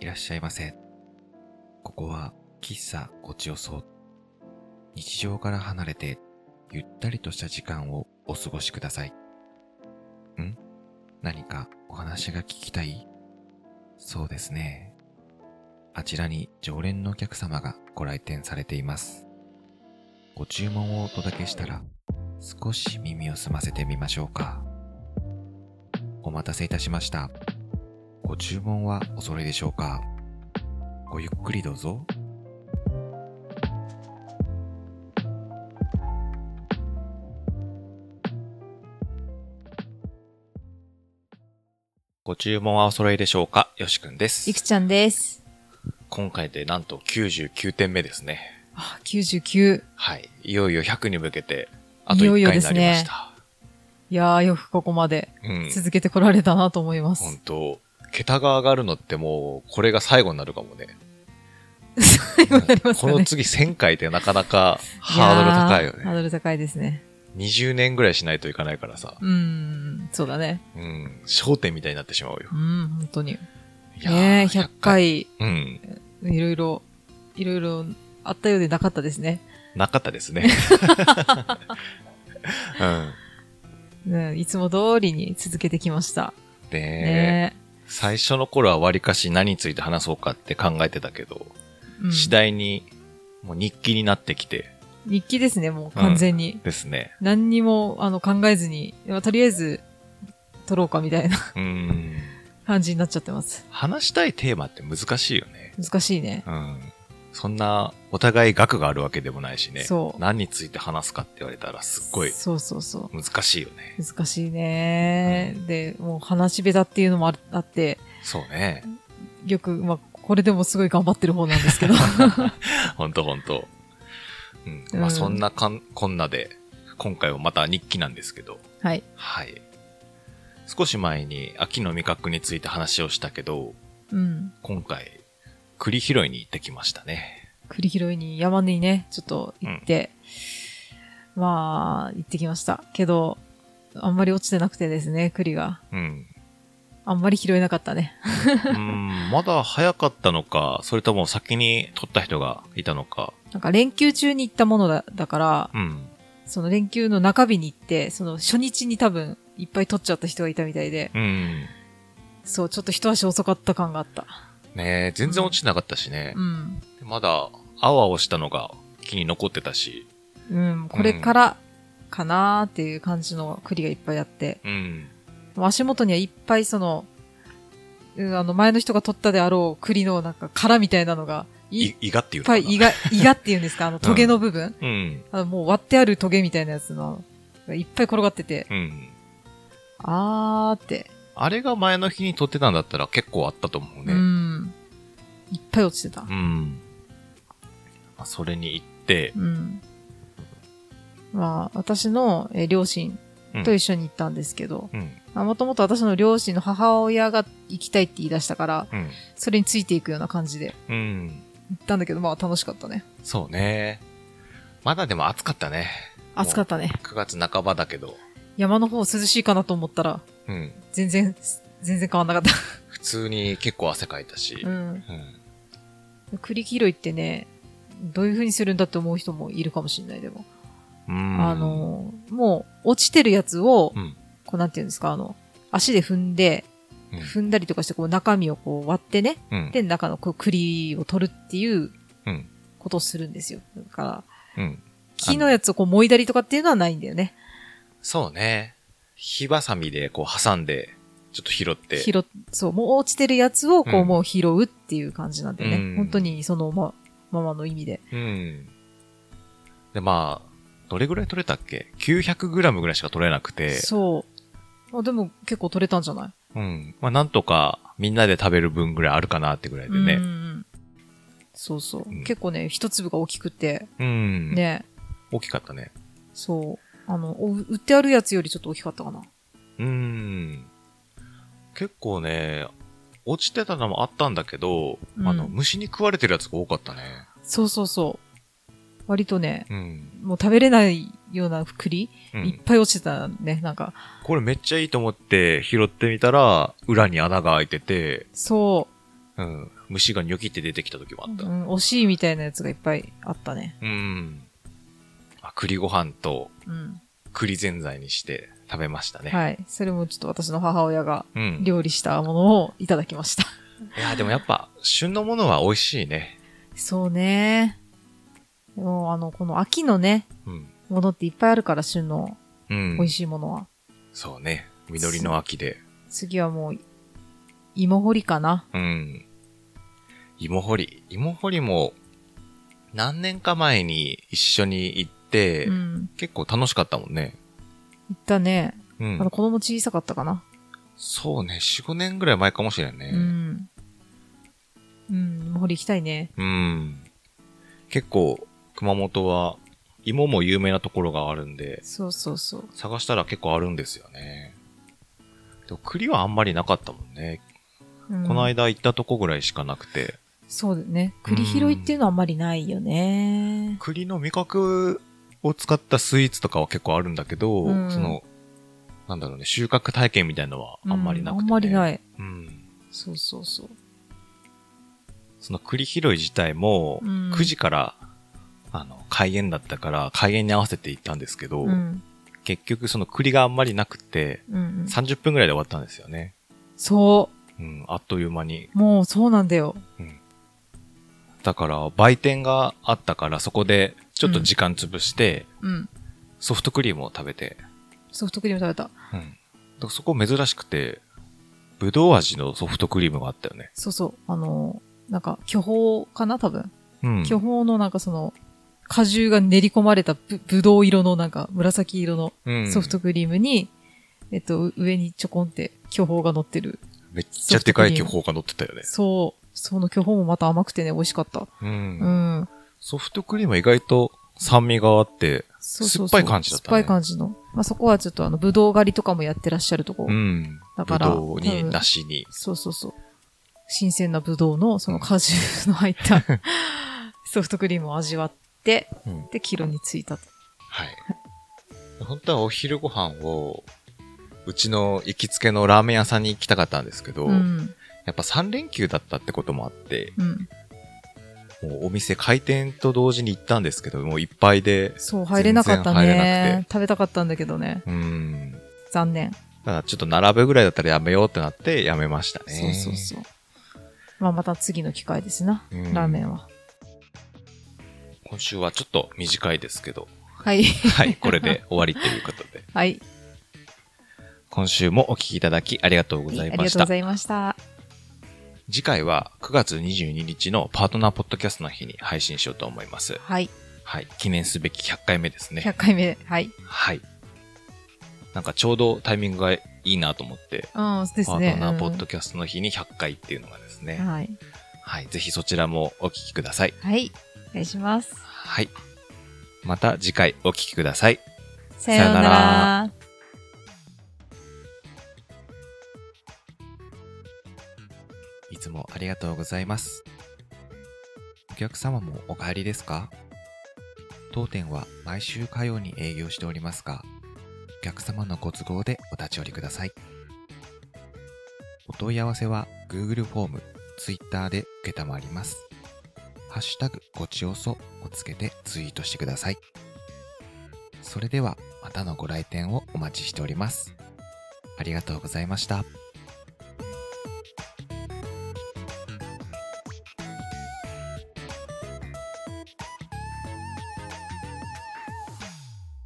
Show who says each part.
Speaker 1: らっしゃいませ。ここは喫茶ごちよそ。日常から離れて、ゆったりとした時間をお過ごしください。ん何かお話が聞きたいそうですね。あちらに常連のお客様がご来店されています。ご注文をお届けしたら、少し耳を澄ませてみましょうか。お待たせいたしました。ご注文はお揃いでしょうかごゆっくりどうぞ。ご注文はお揃いでしょうかよしくんです
Speaker 2: いく。ちゃんです。
Speaker 1: 今回でなんと99点目ですね。
Speaker 2: あ、99。
Speaker 1: はい。いよいよ100に向けて、あと
Speaker 2: いよい
Speaker 1: 1
Speaker 2: よ
Speaker 1: 回
Speaker 2: で
Speaker 1: にな
Speaker 2: す
Speaker 1: り
Speaker 2: ね
Speaker 1: ました。
Speaker 2: いやー、よくここまで
Speaker 1: うん。
Speaker 2: 続けてこられたなと思いま
Speaker 1: 本
Speaker 2: す。
Speaker 1: 当桁が上がるのってもう、これが最後になるかもね。
Speaker 2: 最後になります
Speaker 1: こ
Speaker 2: よ
Speaker 1: の
Speaker 2: ね。
Speaker 1: 次1000回ってなかなかハードル高いよ
Speaker 2: やーハー
Speaker 1: ね。
Speaker 2: ドル高いですね。
Speaker 1: 20年ぐらいしないといかないからさ。
Speaker 2: うーん、そうだね。
Speaker 1: うん。焦点みたいになってしまうよ
Speaker 2: う。ん、本当に。
Speaker 1: いやー
Speaker 2: ねえ、100。回、
Speaker 1: うん。
Speaker 2: いろいろ、いろいろあったようでなかったですね。
Speaker 1: なかったです ね。うん。
Speaker 2: うん、いつも通りに続けてきました。
Speaker 1: で、
Speaker 2: ね
Speaker 1: 最初の頃はわりかし何について話そうかって考えてたけど、
Speaker 2: え。うん
Speaker 1: 次第にもう日記になってきて
Speaker 2: 日記ですね、もう完全に。
Speaker 1: です ね。
Speaker 2: 何にも、あの、考えずに、いやとりあえず、撮ろうかみたいな
Speaker 1: うん。
Speaker 2: 感じになっちゃってます。
Speaker 1: 話したいテーマって難しいよね。
Speaker 2: 難しいね。
Speaker 1: うん。そんな、お互い額があるわけでもないしね。
Speaker 2: そう
Speaker 1: 何について話すかって言われたらすっごい
Speaker 2: そうそうそう。
Speaker 1: 難しいよね。
Speaker 2: 難しいね、で、もう話し下手っていうのもああって、
Speaker 1: そう ね。
Speaker 2: よく、まあ、これでもすごい頑張ってる方なんですけど。
Speaker 1: ほんとほんと。うん。
Speaker 2: うん
Speaker 1: まあ、そんなかん、こんなで、今回はまた日記なんですけど。
Speaker 2: はい。
Speaker 1: はい。少し前に秋の味覚について話をしたけど、
Speaker 2: うん。
Speaker 1: 今回、栗拾いに行ってきましたね。
Speaker 2: 栗拾いに山にね、ちょっと行って、まあ、行ってきました。けど、あんまり落ちてなくてですね、栗が。
Speaker 1: うん。
Speaker 2: あんまり拾えなかったね。
Speaker 1: うん、 まだ早かったのか、それとも先に取った人がいたのか。
Speaker 2: なんか連休中に行ったものだだから、
Speaker 1: うん。
Speaker 2: その連休の中日に行って、その初日に多分、いっぱい取っちゃった人がいたみたいで、
Speaker 1: うん。
Speaker 2: そう、ちょっと一足遅かった感があった。
Speaker 1: ねえ、全然落ちてなかったしね
Speaker 2: う。ん。
Speaker 1: でまだ、あわをしたのが木に残ってたし。
Speaker 2: うん、これからかなーっていう感じの栗がいっぱいあって、
Speaker 1: うん。
Speaker 2: 足元にはいっぱいその、うんあの前の人が取ったであろう栗のなんか殻みたいなのが、い
Speaker 1: い
Speaker 2: っ、
Speaker 1: 胃がっていうのかな
Speaker 2: ぱ
Speaker 1: い
Speaker 2: 胃が、胃がっていうんですか、あのトゲの部分、
Speaker 1: うん。
Speaker 2: あのもう割ってあるトゲみたいなやつの、いっぱい転がってて、
Speaker 1: うん。
Speaker 2: あーって、
Speaker 1: あれが前の日に撮ってたんだったら結構あったと思うね。
Speaker 2: う
Speaker 1: うん。
Speaker 2: ん、いっぱい落ちてた。
Speaker 1: まあ、それに行って
Speaker 2: う、ん。まあ、私のえー両親と一緒に行ったんですけど、
Speaker 1: うん。
Speaker 2: もともと私の両親の母親が行きたいって言い出したから、
Speaker 1: うん。
Speaker 2: それについていくような感じで
Speaker 1: うん。
Speaker 2: 行ったんだけど、まあ楽しかったね。
Speaker 1: そうね。まだでも暑かったね。
Speaker 2: 暑かったね。
Speaker 1: 9月半ばだけど。
Speaker 2: 山の方涼しいかなと思ったら、
Speaker 1: うん。
Speaker 2: 全然、全然変わんなかっ
Speaker 1: 普通に結構汗かいたし。
Speaker 2: た。うん。
Speaker 1: うん
Speaker 2: 栗拾いってね、どういう風にするんだって思う人もいるかもしれない、でも。
Speaker 1: うん
Speaker 2: あ、の、もう落ちてるやつを、
Speaker 1: うん
Speaker 2: こうなんていうんですか、あの、足で踏んで、
Speaker 1: うん
Speaker 2: 踏んだりとかして、こう中身をこう割ってね、
Speaker 1: うん。
Speaker 2: で、中のこう栗を取るっていう
Speaker 1: うん。
Speaker 2: ことをするんですよ。だから、
Speaker 1: うん。
Speaker 2: 木のやつをこう燃いだりとかっていうのはないんだよね。
Speaker 1: そうね。火ばさみでこう挟んで、ちょっと拾って。
Speaker 2: 拾っそう、もう落ちてるやつをこ
Speaker 1: う
Speaker 2: うんもう拾うっていう感じなんだよね。
Speaker 1: うん
Speaker 2: 本当にそのま、ままの意味で。
Speaker 1: うん。で、まあ、どれぐらい取れたっけ ?900g ぐらいしか取れなくて。
Speaker 2: そう。あでも結構取れたんじゃない
Speaker 1: うん。まあ、なんとか、みんなで食べる分ぐらいあるかなってぐらいで
Speaker 2: うんう
Speaker 1: ね。
Speaker 2: ん。そうそう。
Speaker 1: うん
Speaker 2: 結構ね、一粒が大きくて、
Speaker 1: うん。
Speaker 2: ね、
Speaker 1: 大きかったね。
Speaker 2: そう。あの、お売ってあるやつよりちょっと大きかったかな。
Speaker 1: うん。結構ね、落ちてたのもあったんだけど、
Speaker 2: うん
Speaker 1: あの、虫に食われてるやつが多かったね。
Speaker 2: そうそうそう。割とね、
Speaker 1: うん。
Speaker 2: もう食べれないような栗、
Speaker 1: う
Speaker 2: い
Speaker 1: ん。
Speaker 2: っぱい落ちてたね。なんか、
Speaker 1: これめっちゃいいと思って拾ってみたら、裏に穴が開いてて、
Speaker 2: そう。
Speaker 1: うん。虫がニョキって出てきた時もあった。
Speaker 2: う
Speaker 1: うん。
Speaker 2: ん、惜しいみたいなやつがいっぱいあったね。
Speaker 1: あ栗ご飯と
Speaker 2: うん。
Speaker 1: 栗ぜんざいにして食べましたね。
Speaker 2: はい。それもちょっと私の母親が
Speaker 1: うん。
Speaker 2: 料理したものをいただきました。
Speaker 1: いや、でもやっぱ、旬のものは美味しいね。
Speaker 2: そうね。でも、あの、この秋のね、
Speaker 1: うん。
Speaker 2: ものっていっぱいあるから、旬の
Speaker 1: うん。
Speaker 2: 美味しいものは。
Speaker 1: そうね。実りの秋で。
Speaker 2: 次はもう、芋掘りかな。
Speaker 1: うん。芋掘り。芋掘りも、何年か前に一緒に行って、
Speaker 2: うん。
Speaker 1: 結構楽しかったもんね。
Speaker 2: 行ったね。
Speaker 1: う
Speaker 2: あの、
Speaker 1: ん。
Speaker 2: 子供小さかったかな。
Speaker 1: そうね。4、5年ぐらい前かもしれんね。
Speaker 2: うん。うん、芋掘り行きたいね。
Speaker 1: うん。結構、熊本は、芋も有名なところがあるんで、
Speaker 2: そうそうそう。
Speaker 1: 探したら結構あるんですよね。でも栗はあんまりなかったもんね。
Speaker 2: うん
Speaker 1: この。間行ったとこぐらいしかなくて。
Speaker 2: そうだよね。栗拾いっていうのはあんまりないよね。
Speaker 1: 栗の味覚を使ったスイーツとかは結構あるんだけど、
Speaker 2: うん
Speaker 1: その、なんだろうね、収穫体験みたいのはあんまりなくて、ね。
Speaker 2: あんまりないい。
Speaker 1: うん。
Speaker 2: そうそうそう。
Speaker 1: その栗拾い自体も、
Speaker 2: うん
Speaker 1: 9時から、あの、開園だったから、開園に合わせて行ったんですけど、
Speaker 2: うん。
Speaker 1: 結局その栗があんまりなくて、
Speaker 2: うんうん。
Speaker 1: 30分ぐらいで終わったんですよね。
Speaker 2: そ
Speaker 1: うん、あっという間に。
Speaker 2: う。もうそうなんだよ。
Speaker 1: だから、売店があったから、そこで、ちょっと時間潰して、
Speaker 2: うん。
Speaker 1: ソフトクリームを食べて、
Speaker 2: ソフトクリーム食べた。
Speaker 1: うん。だからそこ珍しくて、ぶどう味のソフトクリームがあったよね。
Speaker 2: そうそう。あの、なんか、巨峰かな多分。
Speaker 1: うん。
Speaker 2: 巨峰のなんかその、果汁が練り込まれたぶ、ぶどう色のなんか、紫色の
Speaker 1: うん
Speaker 2: ソフトクリームに、えっと、う上にちょこんって巨峰が乗ってる。
Speaker 1: めっちゃでかい巨峰が乗ってたよね。
Speaker 2: そう。その巨峰もまた甘くてね、美味しかった。
Speaker 1: う。
Speaker 2: うんん。
Speaker 1: ソフトクリームは意外と酸味があって、
Speaker 2: そうそうそう
Speaker 1: 酸っぱい感じだったね
Speaker 2: 酸っぱい感じの。まあ、そこはちょっとあの、ぶどう狩りとかもやってらっしゃるとこ。
Speaker 1: うん。
Speaker 2: だ
Speaker 1: ぶ
Speaker 2: から
Speaker 1: どうに、
Speaker 2: うん
Speaker 1: 梨に。
Speaker 2: そうそうそう。新鮮なぶどうのその果汁の入った ソフトクリームを味わって、
Speaker 1: うん。
Speaker 2: で、キロに着いたと。
Speaker 1: はい。本当はお昼ご飯を、うちの行きつけのラーメン屋さんに行きたかったんですけど、
Speaker 2: うん。
Speaker 1: やっぱ3連休だったってこともあって、
Speaker 2: うん。
Speaker 1: もうお店開店と同時に行ったんですけど、もういっぱいで、
Speaker 2: そう、入れなかっ
Speaker 1: 全然
Speaker 2: た
Speaker 1: 入れなく
Speaker 2: ね。食べたかったんだけどね。
Speaker 1: うん。
Speaker 2: 残念。
Speaker 1: だからちょっと並ぶぐらいだったらやめようってなってやめましたね。
Speaker 2: そうそうそう。まあ、また次の機会ですな。
Speaker 1: うん
Speaker 2: ラーメンは。
Speaker 1: 今週はちょっと短いですけど、
Speaker 2: はい。
Speaker 1: はい、これで終わりということで、
Speaker 2: はい。
Speaker 1: 今週もお聞きいただきありがとうござい
Speaker 2: あり
Speaker 1: ま
Speaker 2: が
Speaker 1: し
Speaker 2: とうご
Speaker 1: た。
Speaker 2: ざいました。
Speaker 1: 次回は9月22日のパートナーポッドキャストの日に配信しようと思います。
Speaker 2: はい。
Speaker 1: はい、記念すべき100回目ですね
Speaker 2: 100。回目。はい。
Speaker 1: はい。なんかちょうどタイミングがいいなと思って、
Speaker 2: うん、です
Speaker 1: パー
Speaker 2: ね。
Speaker 1: トナーポッ
Speaker 2: う
Speaker 1: ド
Speaker 2: ん
Speaker 1: キャストの日に100回っていうのがですね、
Speaker 2: はい。
Speaker 1: はい、ぜひそちらもお聞きください。
Speaker 2: はい。お願いします。
Speaker 1: はい。また次回お聞きください。
Speaker 2: さよ
Speaker 1: さ
Speaker 2: う
Speaker 1: ようなら
Speaker 2: なら。
Speaker 3: いつもありがとうございます。お客様もお帰りですか当店は毎週火曜に営業しておりますが、お客様のご都合でお立ち寄りください。お問い合わせは Google フォーム、Twitter で受けたまわります。ハッシュタグごちおそをつけてツイートしてください。それではまたのご来店をお待ちしております。ありがとうございました。